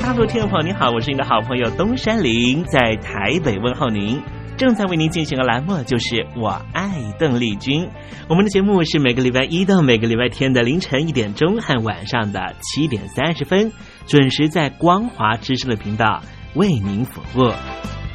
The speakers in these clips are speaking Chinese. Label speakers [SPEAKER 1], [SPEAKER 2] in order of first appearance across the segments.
[SPEAKER 1] 大陆听众朋友，您好，我是您的好朋友东山林，在台北问候您。正在为您进行的栏目就是《我爱邓丽君》，我们的节目是每个礼拜一到每个礼拜天的凌晨一点钟和晚上的七点三十分准时在光华之声的频道为您服务。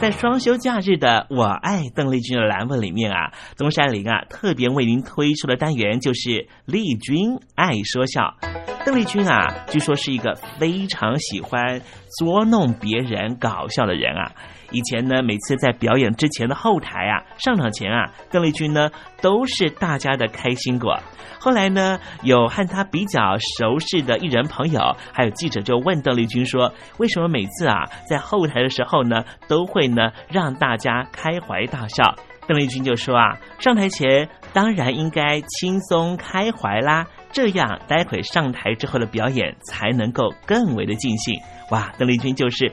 [SPEAKER 1] 在双休假日的“我爱邓丽君”的栏目里面啊，东山林啊特别为您推出的单元就是“丽君爱说笑”。邓丽君啊，据说是一个非常喜欢捉弄别人、搞笑的人啊。以前呢，每次在表演之前的后台啊，上场前啊，邓丽君呢都是大家的开心果。后来呢，有和她比较熟识的艺人朋友，还有记者就问邓丽君说，为什么每次啊在后台的时候呢，都会呢让大家开怀大笑？邓丽君就说啊，上台前当然应该轻松开怀啦。这样，待会上台之后的表演才能够更为的尽兴。哇，邓丽君就是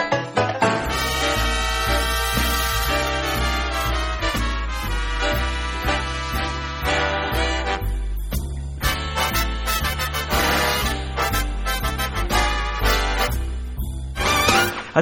[SPEAKER 1] 好，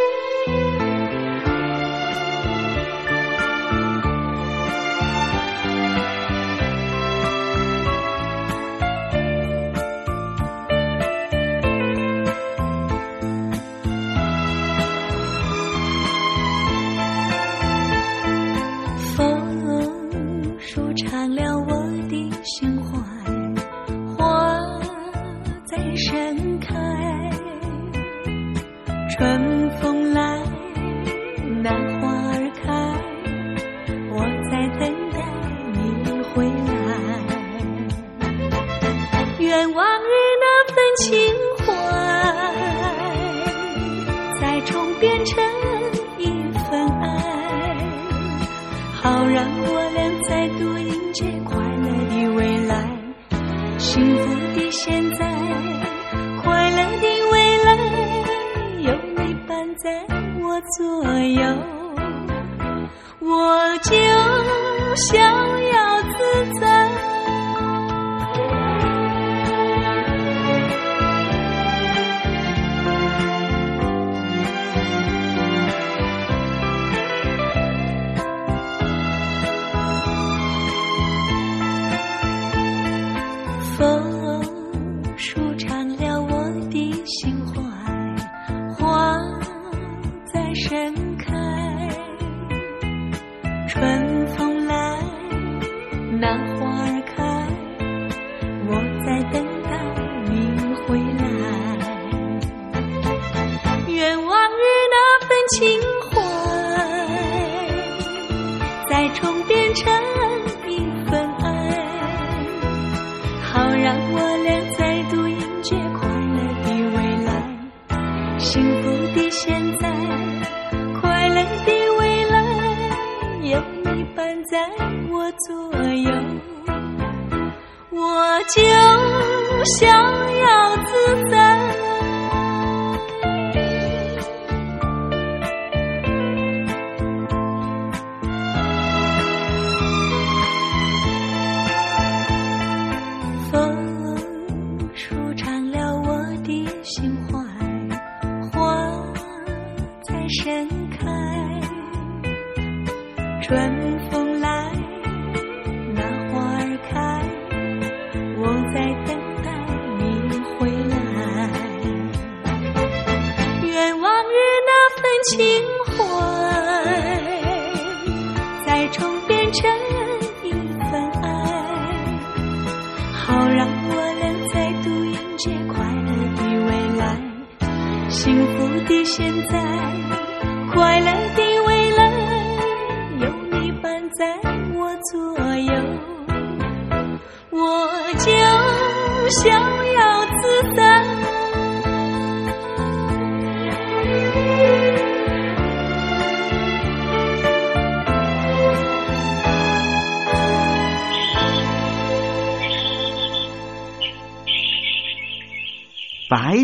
[SPEAKER 2] 枫舒展了我的心怀，花在盛开，春风来，南花儿开，我在等待你回来。愿往日那份情怀快乐的未来有你伴在我左右，我就逍遥自在。枫舒展了我的心怀，花在盛开。春风来，那花儿开，我在等待你回来。愿往日那份情怀，再重变成一份爱。好让我俩再度迎接快乐的未来，幸福的现在，快乐的未来，有你伴在我左右，我就逍遥自在。风舒展了我的心怀，花在盛开。春风来，那花儿开，我在等待你回来。愿往日那份情怀，再重变成一份爱。好让我俩再度迎接快乐的未来，幸福的现在，快乐的未来，有你伴在我左右，我就逍遥自在。
[SPEAKER 1] 百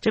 [SPEAKER 1] 这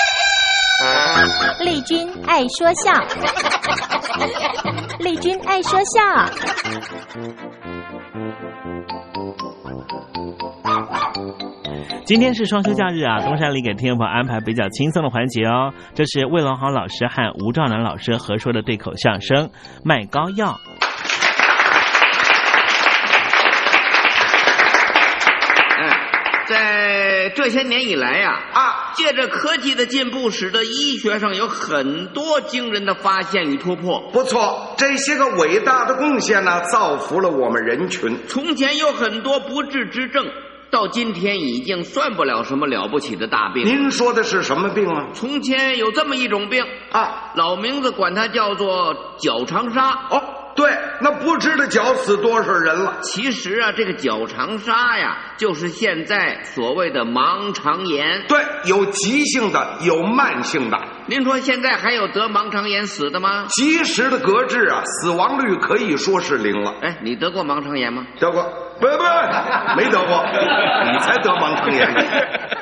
[SPEAKER 3] 丽君爱说笑，丽君爱说笑。
[SPEAKER 1] 今天是双休假日啊，东山里给听众朋友安排比较轻松的环节哦。这是魏龙豪老师和吴兆南老师合说的对口相声《卖膏药》。
[SPEAKER 4] 嗯，在这些年以来呀、啊，借着科技的进步，使得医学上有很多惊人的发现与突破。
[SPEAKER 5] 不错，这些个伟大的贡献呢，造福了我们人群。
[SPEAKER 4] 从前有很多不治之症，到今天已经算不了什么了不起的大病。
[SPEAKER 5] 您说的是什么病啊？
[SPEAKER 4] 从前有这么一种病
[SPEAKER 5] 啊，
[SPEAKER 4] 老名字管它叫做脚长沙。
[SPEAKER 5] 哦，对，那不知道绞死多少人了。
[SPEAKER 4] 其实啊，这个绞肠杀呀，就是现在所谓的盲肠炎。
[SPEAKER 5] 对，有急性的，有慢性的。
[SPEAKER 4] 您说现在还有得盲肠炎死的吗？
[SPEAKER 5] 及时的革治啊，死亡率可以说是零了。
[SPEAKER 4] 哎，你得过盲肠炎吗？
[SPEAKER 5] 得过，不不，没得 过，你才得盲肠炎。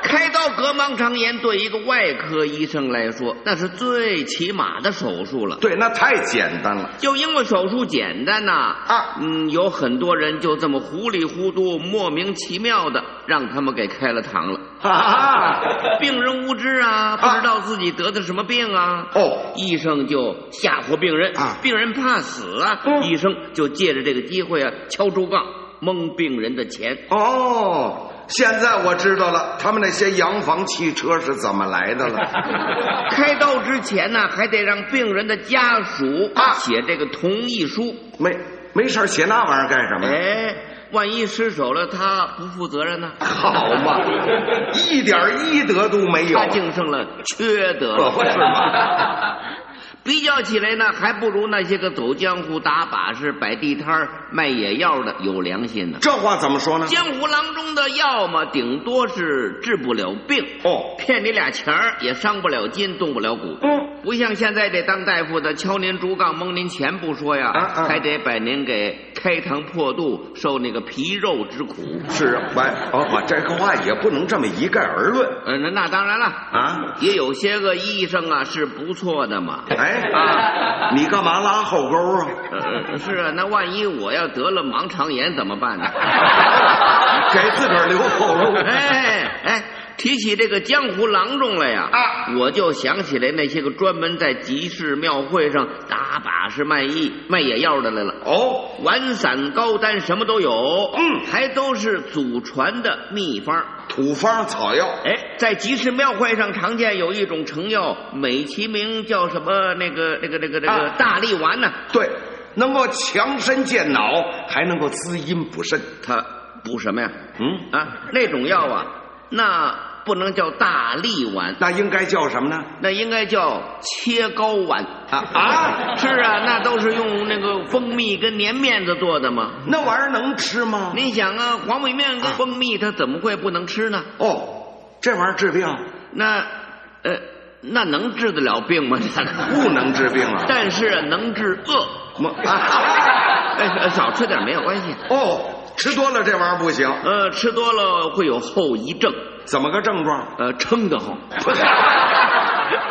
[SPEAKER 4] 开刀割盲肠炎对一个外科医生来说，那是最起码的手术了。
[SPEAKER 5] 对，那太简单了。
[SPEAKER 4] 就因为手术简单呐、啊，啊，嗯，有很多人就这么糊里糊涂、莫名其妙的让他们给开了膛了。啊，病人无知啊，不知道自己得的什么病啊。
[SPEAKER 5] 哦，
[SPEAKER 4] 医生就吓唬病人
[SPEAKER 5] 啊，
[SPEAKER 4] 病人怕死啊，嗯、医生就借着这个机会啊，敲竹杠蒙病人的钱。
[SPEAKER 5] 哦。现在我知道了，他们那些洋房汽车是怎么来的了。
[SPEAKER 4] 开刀之前呢，还得让病人的家属啊写这个同意书。
[SPEAKER 5] 没没事写那玩意儿干什么呀？
[SPEAKER 4] 哎，万一失手了，他不负责任呢、啊？
[SPEAKER 5] 好嘛，一点医德都没有、啊，
[SPEAKER 4] 他净剩了缺德了，
[SPEAKER 5] 是吗？
[SPEAKER 4] 比较起来呢，还不如那些个走江湖、打把式、摆地摊卖野药的有良心呢。
[SPEAKER 5] 这话怎么说呢？
[SPEAKER 4] 江湖郎中的药嘛，顶多是治不了病
[SPEAKER 5] 哦，
[SPEAKER 4] 骗你俩钱儿也伤不了筋，动不了骨。
[SPEAKER 5] 嗯，
[SPEAKER 4] 不像现在这当大夫的敲您竹杠、蒙您钱不说呀，
[SPEAKER 5] 啊啊、
[SPEAKER 4] 还得把您给开膛破肚，受那个皮肉之苦。
[SPEAKER 5] 是啊，我、哦、我这个话也不能这么一概而论。
[SPEAKER 4] 嗯、呃，那当然了
[SPEAKER 5] 啊，
[SPEAKER 4] 也有些个医生啊是不错的嘛。
[SPEAKER 5] 哎。啊！你干嘛拉后沟啊？
[SPEAKER 4] 呃、是啊，那万一我要得了盲肠炎怎么办 呢？
[SPEAKER 5] 给自个儿留后路。
[SPEAKER 4] 哎哎，提起这个江湖郎中来呀、
[SPEAKER 5] 啊，
[SPEAKER 4] 啊，我就想起来那些个专门在集市庙会上打把式卖艺、卖野药的来了。
[SPEAKER 5] 哦，
[SPEAKER 4] 丸散、高丹什么都有，
[SPEAKER 5] 嗯，
[SPEAKER 4] 还都是祖传的秘方。
[SPEAKER 5] 土方草药，
[SPEAKER 4] 哎，在集市庙会上常见有一种成药，美其名叫什么？那个、那个、那个、那个、
[SPEAKER 5] 啊、
[SPEAKER 4] 大力丸呢、啊？
[SPEAKER 5] 对，能够强身健脑，还能够滋阴补肾。
[SPEAKER 4] 它补什么呀？
[SPEAKER 5] 嗯
[SPEAKER 4] 啊，那种药啊，那不能叫大力丸，
[SPEAKER 5] 那应该叫什么呢？
[SPEAKER 4] 那应该叫切糕丸
[SPEAKER 5] 啊啊！
[SPEAKER 4] 是啊，那都是用那个蜂蜜跟粘面子做的嘛。
[SPEAKER 5] 那玩意儿能吃吗？
[SPEAKER 4] 你想啊，黄米面跟蜂蜜，它怎么会不能吃呢？
[SPEAKER 5] 哦，这玩意儿治病？
[SPEAKER 4] 那呃，那能治得了病吗？
[SPEAKER 5] 不能治病啊，
[SPEAKER 4] 但是能治饿。
[SPEAKER 5] 啊，
[SPEAKER 4] 哎，少吃点没有关系。
[SPEAKER 5] 哦。吃多了这玩意儿不行，
[SPEAKER 4] 呃，吃多了会有后遗症。
[SPEAKER 5] 怎么个症状？
[SPEAKER 4] 呃，撑得慌。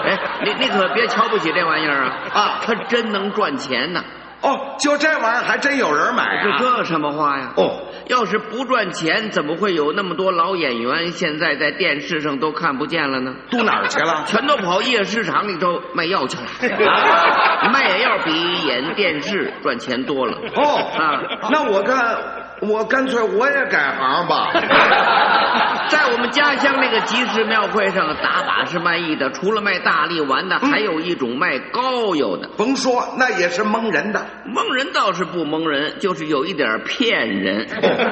[SPEAKER 4] 哎，你你可别瞧不起这玩意儿啊！
[SPEAKER 5] 啊，
[SPEAKER 4] 它真能赚钱呢、
[SPEAKER 5] 啊。哦，就这玩意儿还真有人买啊！
[SPEAKER 4] 这这什么话呀？
[SPEAKER 5] 哦，
[SPEAKER 4] 要是不赚钱，怎么会有那么多老演员现在在电视上都看不见了呢？
[SPEAKER 5] 都哪儿去了？
[SPEAKER 4] 全都跑夜市场里头卖药 去了。啊、卖药比演电视赚钱多了。
[SPEAKER 5] 哦
[SPEAKER 4] 啊，
[SPEAKER 5] 那我看。我干脆我也改行吧，
[SPEAKER 4] 在我们家乡那个集市庙会上打把式卖艺的，除了卖大力丸的，还有一种卖膏药的。
[SPEAKER 5] 甭说，那也是蒙人的。
[SPEAKER 4] 蒙人倒是不蒙人，就是有一点骗人，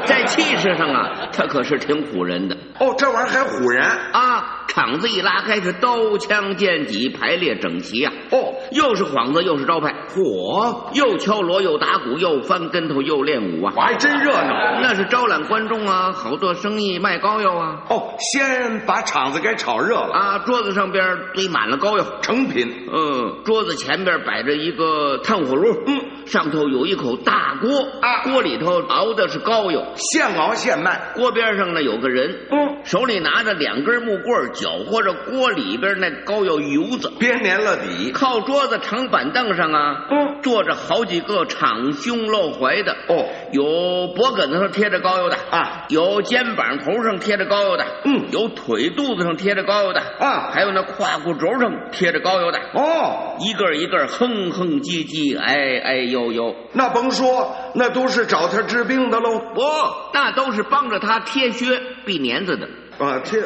[SPEAKER 4] 在气势上啊，他可是挺唬人的。
[SPEAKER 5] 哦，这玩意儿还唬人
[SPEAKER 4] 啊！场子一拉开是刀枪剑戟排列整齐啊！
[SPEAKER 5] 哦，
[SPEAKER 4] 又是幌子又是招牌，
[SPEAKER 5] 嚯！
[SPEAKER 4] 又敲锣又打鼓又翻跟头又练武啊！
[SPEAKER 5] 我还真热闹，
[SPEAKER 4] 那是招揽观众啊，好做生意卖膏药啊！
[SPEAKER 5] 哦，先把场子给炒热了
[SPEAKER 4] 啊！桌子上边堆满了膏药，
[SPEAKER 5] 成品。
[SPEAKER 4] 嗯，桌子前边摆着一个炭火炉，
[SPEAKER 5] 嗯，
[SPEAKER 4] 上头有一口大锅
[SPEAKER 5] 啊，
[SPEAKER 4] 锅里头熬的是膏药，
[SPEAKER 5] 现熬现卖。
[SPEAKER 4] 锅边上呢有个人，
[SPEAKER 5] 嗯，
[SPEAKER 4] 手里拿着两根木棍搅和着锅里边那膏药油子，
[SPEAKER 5] 别粘了底。
[SPEAKER 4] 靠桌子长板凳上啊，
[SPEAKER 5] 嗯，
[SPEAKER 4] 坐着好几个敞胸露怀的，
[SPEAKER 5] 哦，
[SPEAKER 4] 有脖梗子上贴着膏药的
[SPEAKER 5] 啊，
[SPEAKER 4] 有肩膀头上贴着膏药的，
[SPEAKER 5] 嗯，
[SPEAKER 4] 有腿肚子上贴着膏药的
[SPEAKER 5] 啊，
[SPEAKER 4] 还有那胯骨轴上贴着膏药的，
[SPEAKER 5] 哦，
[SPEAKER 4] 一个一个哼哼唧唧，哎哎呦呦，
[SPEAKER 5] 那甭说，那都是找他治病的喽，
[SPEAKER 4] 不、哦，那都是帮着他贴靴避粘子的。
[SPEAKER 5] 啊 贴，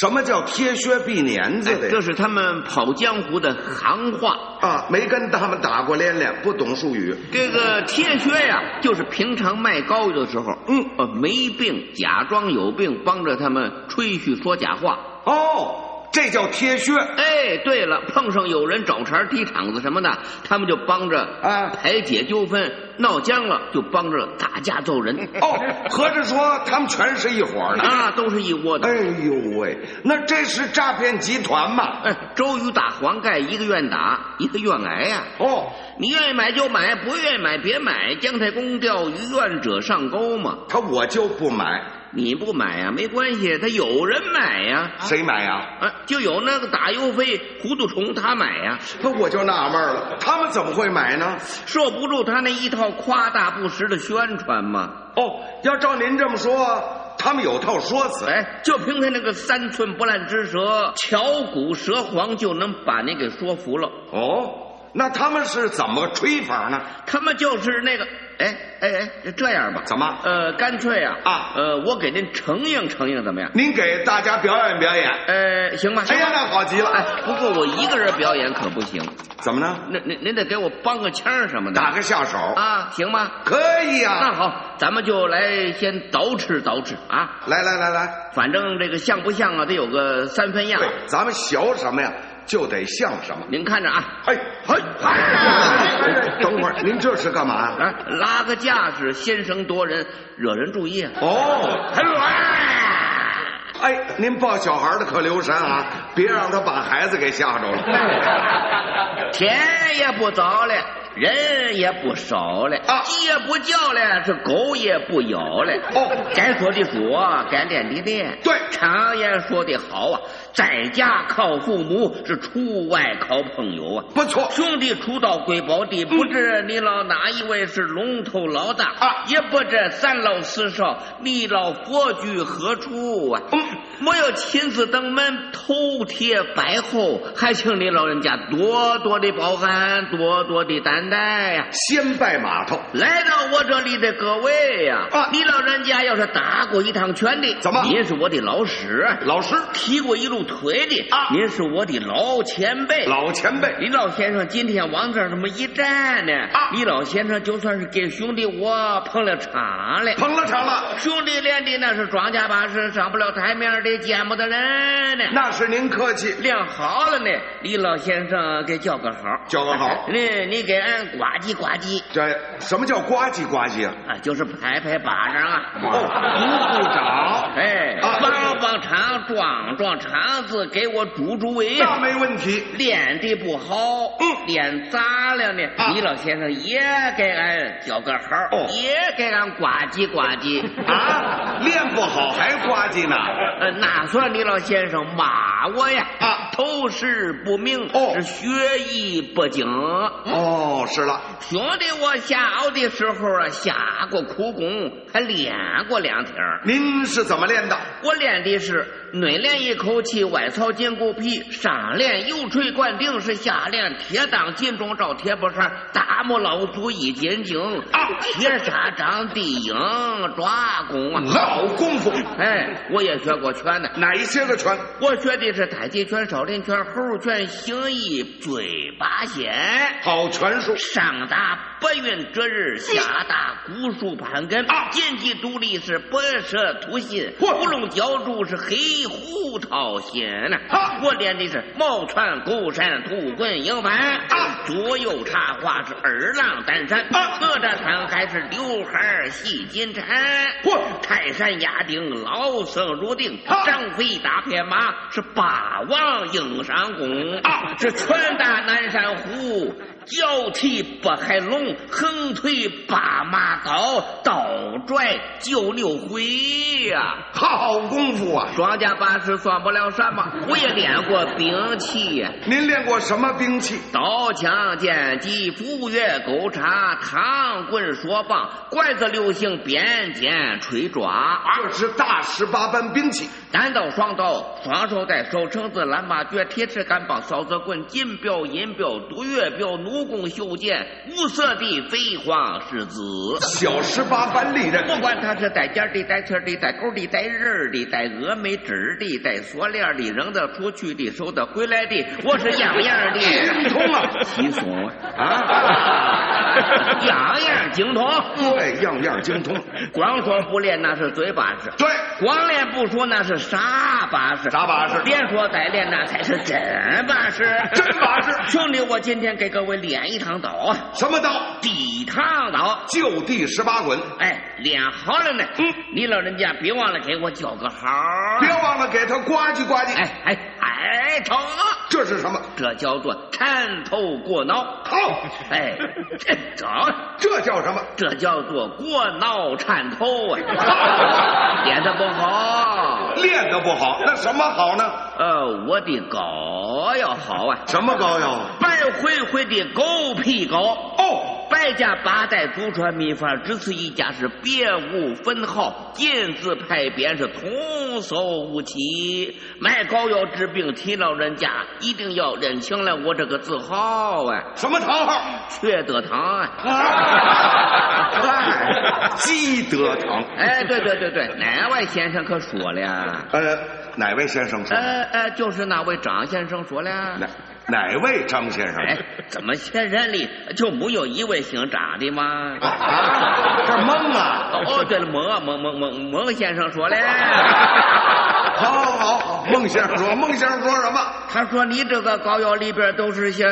[SPEAKER 5] 什么叫贴靴避粘子的？
[SPEAKER 4] 哎这是他们跑江湖的行话
[SPEAKER 5] 啊！没跟他们打过连连，不懂术语。
[SPEAKER 4] 这个贴靴呀、啊，就是平常卖膏药的时候，
[SPEAKER 5] 嗯，
[SPEAKER 4] 呃，没病假装有病，帮着他们吹嘘说假话。
[SPEAKER 5] 哦。这叫贴靴。
[SPEAKER 4] 哎，对了，碰上有人找茬、踢场子什么的，他们就帮着啊排解纠纷，闹僵了就帮着打架揍人。
[SPEAKER 5] 哦， 合着说他们全是一伙的
[SPEAKER 4] 啊，都是一窝的。
[SPEAKER 5] 哎呦喂，那这是诈骗集团嘛？
[SPEAKER 4] 哎，周瑜打黄盖，一个愿打，一个愿挨呀、啊。
[SPEAKER 5] 哦，
[SPEAKER 4] 你愿意买就买，不愿意买别买。姜太公钓鱼，愿者上钩嘛。
[SPEAKER 5] 他我就不买。
[SPEAKER 4] 你不买呀、啊，没关系，他有人买呀、
[SPEAKER 5] 啊。谁买呀、
[SPEAKER 4] 啊？啊，就有那个打油飞糊涂虫他买呀。
[SPEAKER 5] 那我就纳闷了，他们怎么会买呢？
[SPEAKER 4] 受不住他那一套夸大不实的宣传嘛。
[SPEAKER 5] 哦，要照您这么说，他们有套说辞。
[SPEAKER 4] 哎，就凭他那个三寸不烂之舌，巧骨舌黄，就能把你给说服了。
[SPEAKER 5] 哦。那他们是怎么吹法呢？
[SPEAKER 4] 他们就是那个，哎哎哎，这样吧，
[SPEAKER 5] 怎么？
[SPEAKER 4] 呃，干脆啊
[SPEAKER 5] 啊，
[SPEAKER 4] 呃，我给您承应承应，怎么样？
[SPEAKER 5] 您给大家表演表演，
[SPEAKER 4] 呃，行吧？
[SPEAKER 5] 哎呀，那好极了！哎，
[SPEAKER 4] 不过我一个人表演可不行，
[SPEAKER 5] 怎么呢？
[SPEAKER 4] 那您您得给我帮个腔什么的，
[SPEAKER 5] 打个下手
[SPEAKER 4] 啊，行吗？
[SPEAKER 5] 可以呀、啊。
[SPEAKER 4] 那好，咱们就来先捯饬捯饬啊！
[SPEAKER 5] 来来来来，
[SPEAKER 4] 反正这个像不像啊，得有个三分样。
[SPEAKER 5] 对，咱们学什么呀？就得像什么？
[SPEAKER 4] 您看着啊！
[SPEAKER 5] 嘿，嘿，嘿！ 等会儿，您这是干嘛
[SPEAKER 4] 啊？拉个架势，先声夺人，惹人注意啊！
[SPEAKER 5] 哦，哎，您抱小孩的可留神啊，别让他把孩子给吓着
[SPEAKER 4] 了。天也不早了，人也不少了，
[SPEAKER 5] 啊，
[SPEAKER 4] 鸡也不叫了，是狗也不咬了。
[SPEAKER 5] 哦，
[SPEAKER 4] 该说的说，该练的练。
[SPEAKER 5] 对，
[SPEAKER 4] 常言说的好啊。在家靠父母，是出外靠朋友啊！
[SPEAKER 5] 不错，
[SPEAKER 4] 兄弟出到贵宝地，
[SPEAKER 5] 嗯
[SPEAKER 4] 不知你老哪一位是龙头老大
[SPEAKER 5] 啊？
[SPEAKER 4] 也不知三老四少，你老佛居何处啊？
[SPEAKER 5] 嗯，
[SPEAKER 4] 我要亲自登门头贴拜候，还请你老人家多多的包涵，多多的担待呀、啊！
[SPEAKER 5] 先拜码头，
[SPEAKER 4] 来到我这里的各位呀、
[SPEAKER 5] 啊，
[SPEAKER 4] 啊，你老人家要是打过一趟拳的，
[SPEAKER 5] 怎么？
[SPEAKER 4] 您是我的老师，啊
[SPEAKER 5] 老师
[SPEAKER 4] 踢过一路。腿的
[SPEAKER 5] 啊！
[SPEAKER 4] 您是我的老前辈，
[SPEAKER 5] 老前辈，
[SPEAKER 4] 李老先生今天往这儿这么一站呢，
[SPEAKER 5] 啊，
[SPEAKER 4] 李老先生就算是给兄弟我捧了场了，
[SPEAKER 5] 捧了场了。
[SPEAKER 4] 兄弟练的那是庄稼把式，上不了台面的见不得人呢。
[SPEAKER 5] 那是您客气，
[SPEAKER 4] 练好了呢，李老先生给叫个好，
[SPEAKER 5] 叫个好。
[SPEAKER 4] 你你给俺呱唧呱唧，
[SPEAKER 5] 这什么叫呱唧呱唧啊？
[SPEAKER 4] 啊，就是拍拍巴掌啊，
[SPEAKER 5] 哦鼓鼓掌，
[SPEAKER 4] 哎，
[SPEAKER 5] 哦啊，
[SPEAKER 4] 帮帮场，撞撞场。儿子给我助助威，
[SPEAKER 5] 那没问题。
[SPEAKER 4] 练的不好，
[SPEAKER 5] 嗯，
[SPEAKER 4] 练砸了呢。
[SPEAKER 5] 啊、
[SPEAKER 4] 李老先生也给俺叫个好，
[SPEAKER 5] 哦，
[SPEAKER 4] 也给俺呱唧呱唧
[SPEAKER 5] 啊。练不好还呱唧呢？
[SPEAKER 4] 呃，那算李老先生骂我呀？
[SPEAKER 5] 啊，
[SPEAKER 4] 头饰不明，
[SPEAKER 5] 哦，
[SPEAKER 4] 是学艺不精。
[SPEAKER 5] 哦，是了，
[SPEAKER 4] 兄弟，我下熬的时候啊，下过苦功，还练过两天。
[SPEAKER 5] 您是怎么练的？啊
[SPEAKER 4] 我练的是内练一口气。外操筋骨皮，上练油锤灌顶是下练铁裆金钟罩铁布衫，大木老祖一金经
[SPEAKER 5] 啊，
[SPEAKER 4] 铁砂掌地鹰抓功啊，
[SPEAKER 5] 好功夫！
[SPEAKER 4] 哎，我也学过拳呢，
[SPEAKER 5] 哪一些个拳？
[SPEAKER 4] 我学的是太极拳、少林拳、猴拳、形意、嘴八仙，
[SPEAKER 5] 好拳术！
[SPEAKER 4] 上打白云折日，下打古树盘根
[SPEAKER 5] 啊，
[SPEAKER 4] 剑击独立是白蛇突心，
[SPEAKER 5] 嚯
[SPEAKER 4] 乌龙角柱是黑胡桃。天呐！
[SPEAKER 5] 啊，
[SPEAKER 4] 我练的是毛穿孤山土棍迎盘
[SPEAKER 5] 啊，
[SPEAKER 4] 左右插花是二郎担山
[SPEAKER 5] 啊，
[SPEAKER 4] 哪吒三还是刘海系金蝉，
[SPEAKER 5] 嚯，
[SPEAKER 4] 泰山压顶老僧入定，
[SPEAKER 5] 啊
[SPEAKER 4] 张飞打片马是霸王硬上弓
[SPEAKER 5] 啊，
[SPEAKER 4] 是拳打南山虎。脚踢北海龙，横推八马高，倒拽九牛回呀、
[SPEAKER 5] 好功夫啊！
[SPEAKER 4] 庄稼把式算不了什么，我也练过兵器，
[SPEAKER 5] 您练过什么兵器？
[SPEAKER 4] 刀枪剑戟斧钺钩叉唐棍槊棒拐子流星鞭锏锤爪，
[SPEAKER 5] 这是大十八般兵器。
[SPEAKER 4] 单刀双刀双手带手橙子蓝马橛铁尺杆棒扫子棍金镖银镖独月镖弩弓袖箭五色的飞黄狮子。
[SPEAKER 5] 小十八般利刃，
[SPEAKER 4] 不管他是带尖儿的、带刺儿的、带钩儿的、带刃儿的、带峨眉指儿的、带锁链儿的、扔得出去的、收得回来的，我是样样的。
[SPEAKER 5] 精通啊，
[SPEAKER 4] 稀松
[SPEAKER 5] 啊！
[SPEAKER 4] 样样精通。
[SPEAKER 5] 对，哎样样精通。
[SPEAKER 4] 光说不练那是嘴把式，
[SPEAKER 5] 对，
[SPEAKER 4] 光练不说那是啥把式？
[SPEAKER 5] 啥把式？
[SPEAKER 4] 连说带练那才是真把式，
[SPEAKER 5] 真把式。
[SPEAKER 4] 兄弟，我今天给各位练一趟刀啊！
[SPEAKER 5] 什么刀？
[SPEAKER 4] 地堂刀，
[SPEAKER 5] 就地十八滚。
[SPEAKER 4] 哎，练好了呢。嗯，你老人家别忘了给我叫个好，啊
[SPEAKER 5] 别忘了给他呱唧呱唧。
[SPEAKER 4] 哎哎哎，疼！
[SPEAKER 5] 这是什么？
[SPEAKER 4] 这叫做缠头过脑。
[SPEAKER 5] 好，
[SPEAKER 4] 哎， 这走，
[SPEAKER 5] 这叫什么？
[SPEAKER 4] 这叫做过脑缠头啊！ 好，练的不好，
[SPEAKER 5] 练的不好，那什么好呢？
[SPEAKER 4] 呃，我的狗要好啊。
[SPEAKER 5] 什么膏药？
[SPEAKER 4] 白灰灰的狗皮膏。
[SPEAKER 5] 哦，
[SPEAKER 4] 白家八代祖传秘方，只此一家是别无分号，金字牌匾是童叟无欺。买膏药治病，提老人家一定要认清了我这个字号啊！
[SPEAKER 5] 什么堂号？
[SPEAKER 4] 缺德堂啊！
[SPEAKER 5] 哎，积德堂。
[SPEAKER 4] 哎，对对对对，哪位先生可说了？
[SPEAKER 5] 呃，哪位先生说？
[SPEAKER 4] 呃呃，就是那位张先生说了。
[SPEAKER 5] 哪哪位张先生？
[SPEAKER 4] 哎，怎么县城里就没有一位姓张的吗？
[SPEAKER 5] 啊， 这蒙啊！
[SPEAKER 4] 哦，对了，蒙啊，蒙蒙蒙蒙先生说嘞。
[SPEAKER 5] 好好好好，孟先生说，孟先生说什么？
[SPEAKER 4] 他说你这个膏药里边都是些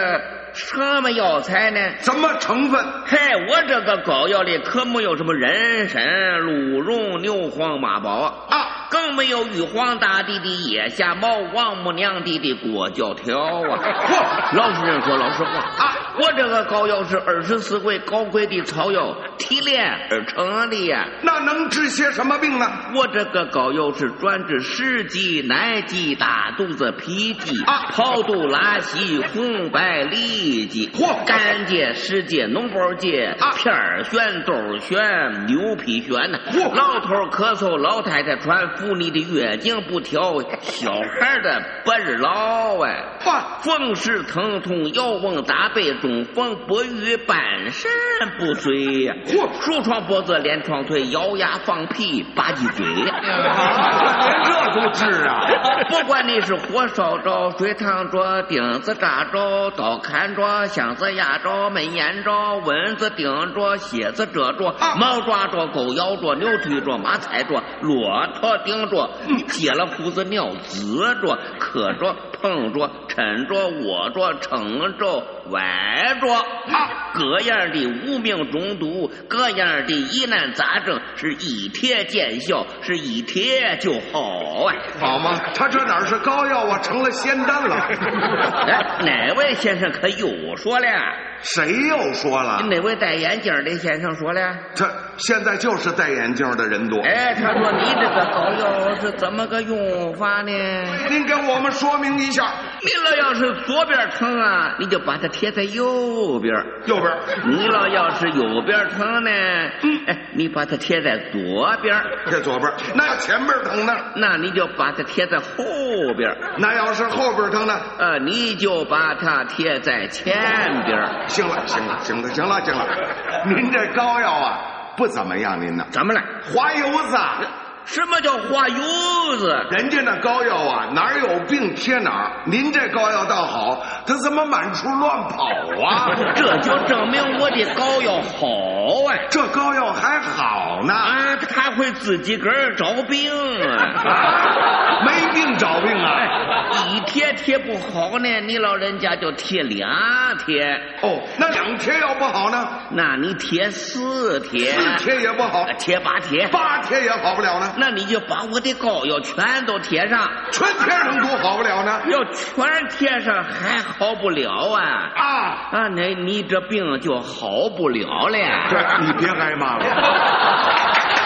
[SPEAKER 4] 什么药材呢？
[SPEAKER 5] 什么成分？
[SPEAKER 4] 嘿，我这个膏药里可没有什么人参、鹿茸、牛黄、马宝
[SPEAKER 5] 啊。
[SPEAKER 4] 更没有玉皇大帝的腋下毛，王母娘帝的裹脚条啊！嚯，老实人说老实话啊，我这个膏药是二十四味高贵的草药提炼而成的呀。
[SPEAKER 5] 那能治些什么病呢？
[SPEAKER 4] 我这个膏药是专治湿疾、奶疾、大肚子、脾疾
[SPEAKER 5] 啊、
[SPEAKER 4] 跑肚、拉稀、红白痢疾、
[SPEAKER 5] 嚯
[SPEAKER 4] 肝结、湿结、脓包结
[SPEAKER 5] 啊
[SPEAKER 4] 片儿癣、兜儿癣、牛皮癣呐
[SPEAKER 5] 嚯，
[SPEAKER 4] 老头儿咳嗽，老太太喘，妇女的月经不调，小孩儿的不日老哎。
[SPEAKER 5] 哇，
[SPEAKER 4] 风湿疼痛、腰翁打背、中风、薄瘀、半身不遂呀！
[SPEAKER 5] 嚯
[SPEAKER 4] 褥疮、脖子、脸疮、腿、咬牙、放屁、吧唧嘴。
[SPEAKER 5] 连这都 治啊！
[SPEAKER 4] 不管你是火烧着、水烫着、钉子扎着、刀砍着、箱子压着、门烟着、蚊子叮着、蝎子蛰着、猫抓着、狗咬着、牛推着、马踩着、骆驼顶着、接了胡子尿滋着、磕着、碰着、抻着、握着、撑着、歪着啊，各样的无名中毒，各样的疑难杂症，是一贴见效，是一贴就好哎。
[SPEAKER 5] 好吗？他这哪是膏药啊，成了仙丹 了。
[SPEAKER 4] 哎，哪位先生可又说了？
[SPEAKER 5] 谁又说了？
[SPEAKER 4] 哪位戴眼镜的先生说了？
[SPEAKER 5] 这现在就是戴眼镜的人多。
[SPEAKER 4] 哎，他说你这个膏药是怎么个用法呢？
[SPEAKER 5] 您给我们说明一下，
[SPEAKER 4] 你老要是左边疼啊，你就把它贴在右边；
[SPEAKER 5] 右边
[SPEAKER 4] 你老要是右边疼呢，哎，你把它贴在左边；
[SPEAKER 5] 这左边，那要前边疼呢？
[SPEAKER 4] 那你就把它贴在后边，
[SPEAKER 5] 那要是后边疼呢？
[SPEAKER 4] 呃，你就把它贴在前边。
[SPEAKER 5] 行了，行了，行了，行了，行了，您这膏药啊不怎么样，您呢？
[SPEAKER 4] 怎么了？
[SPEAKER 5] 滑油子啊，
[SPEAKER 4] 什么叫画油子？
[SPEAKER 5] 人家那膏药啊哪儿有病贴哪儿，您这膏药倒好，他怎么满处乱跑啊？
[SPEAKER 4] 这就证明我的膏药好哎。
[SPEAKER 5] 这膏药还好呢，
[SPEAKER 4] 啊，他会自己个儿找病啊！
[SPEAKER 5] 啊， 没病找病啊。
[SPEAKER 4] 一贴贴不好呢，你老人家就贴两贴，
[SPEAKER 5] 哦，那两贴要不好呢，
[SPEAKER 4] 那你贴四贴，
[SPEAKER 5] 四贴也不好
[SPEAKER 4] 啊，贴八贴，
[SPEAKER 5] 八贴也好不了呢，
[SPEAKER 4] 那你就把我的膏药全都贴上，
[SPEAKER 5] 全贴上多好不了呢。
[SPEAKER 4] 要全贴上还好不了啊！
[SPEAKER 5] 啊。
[SPEAKER 4] 啊，那你这病就好不了了。
[SPEAKER 5] 这你别挨骂了。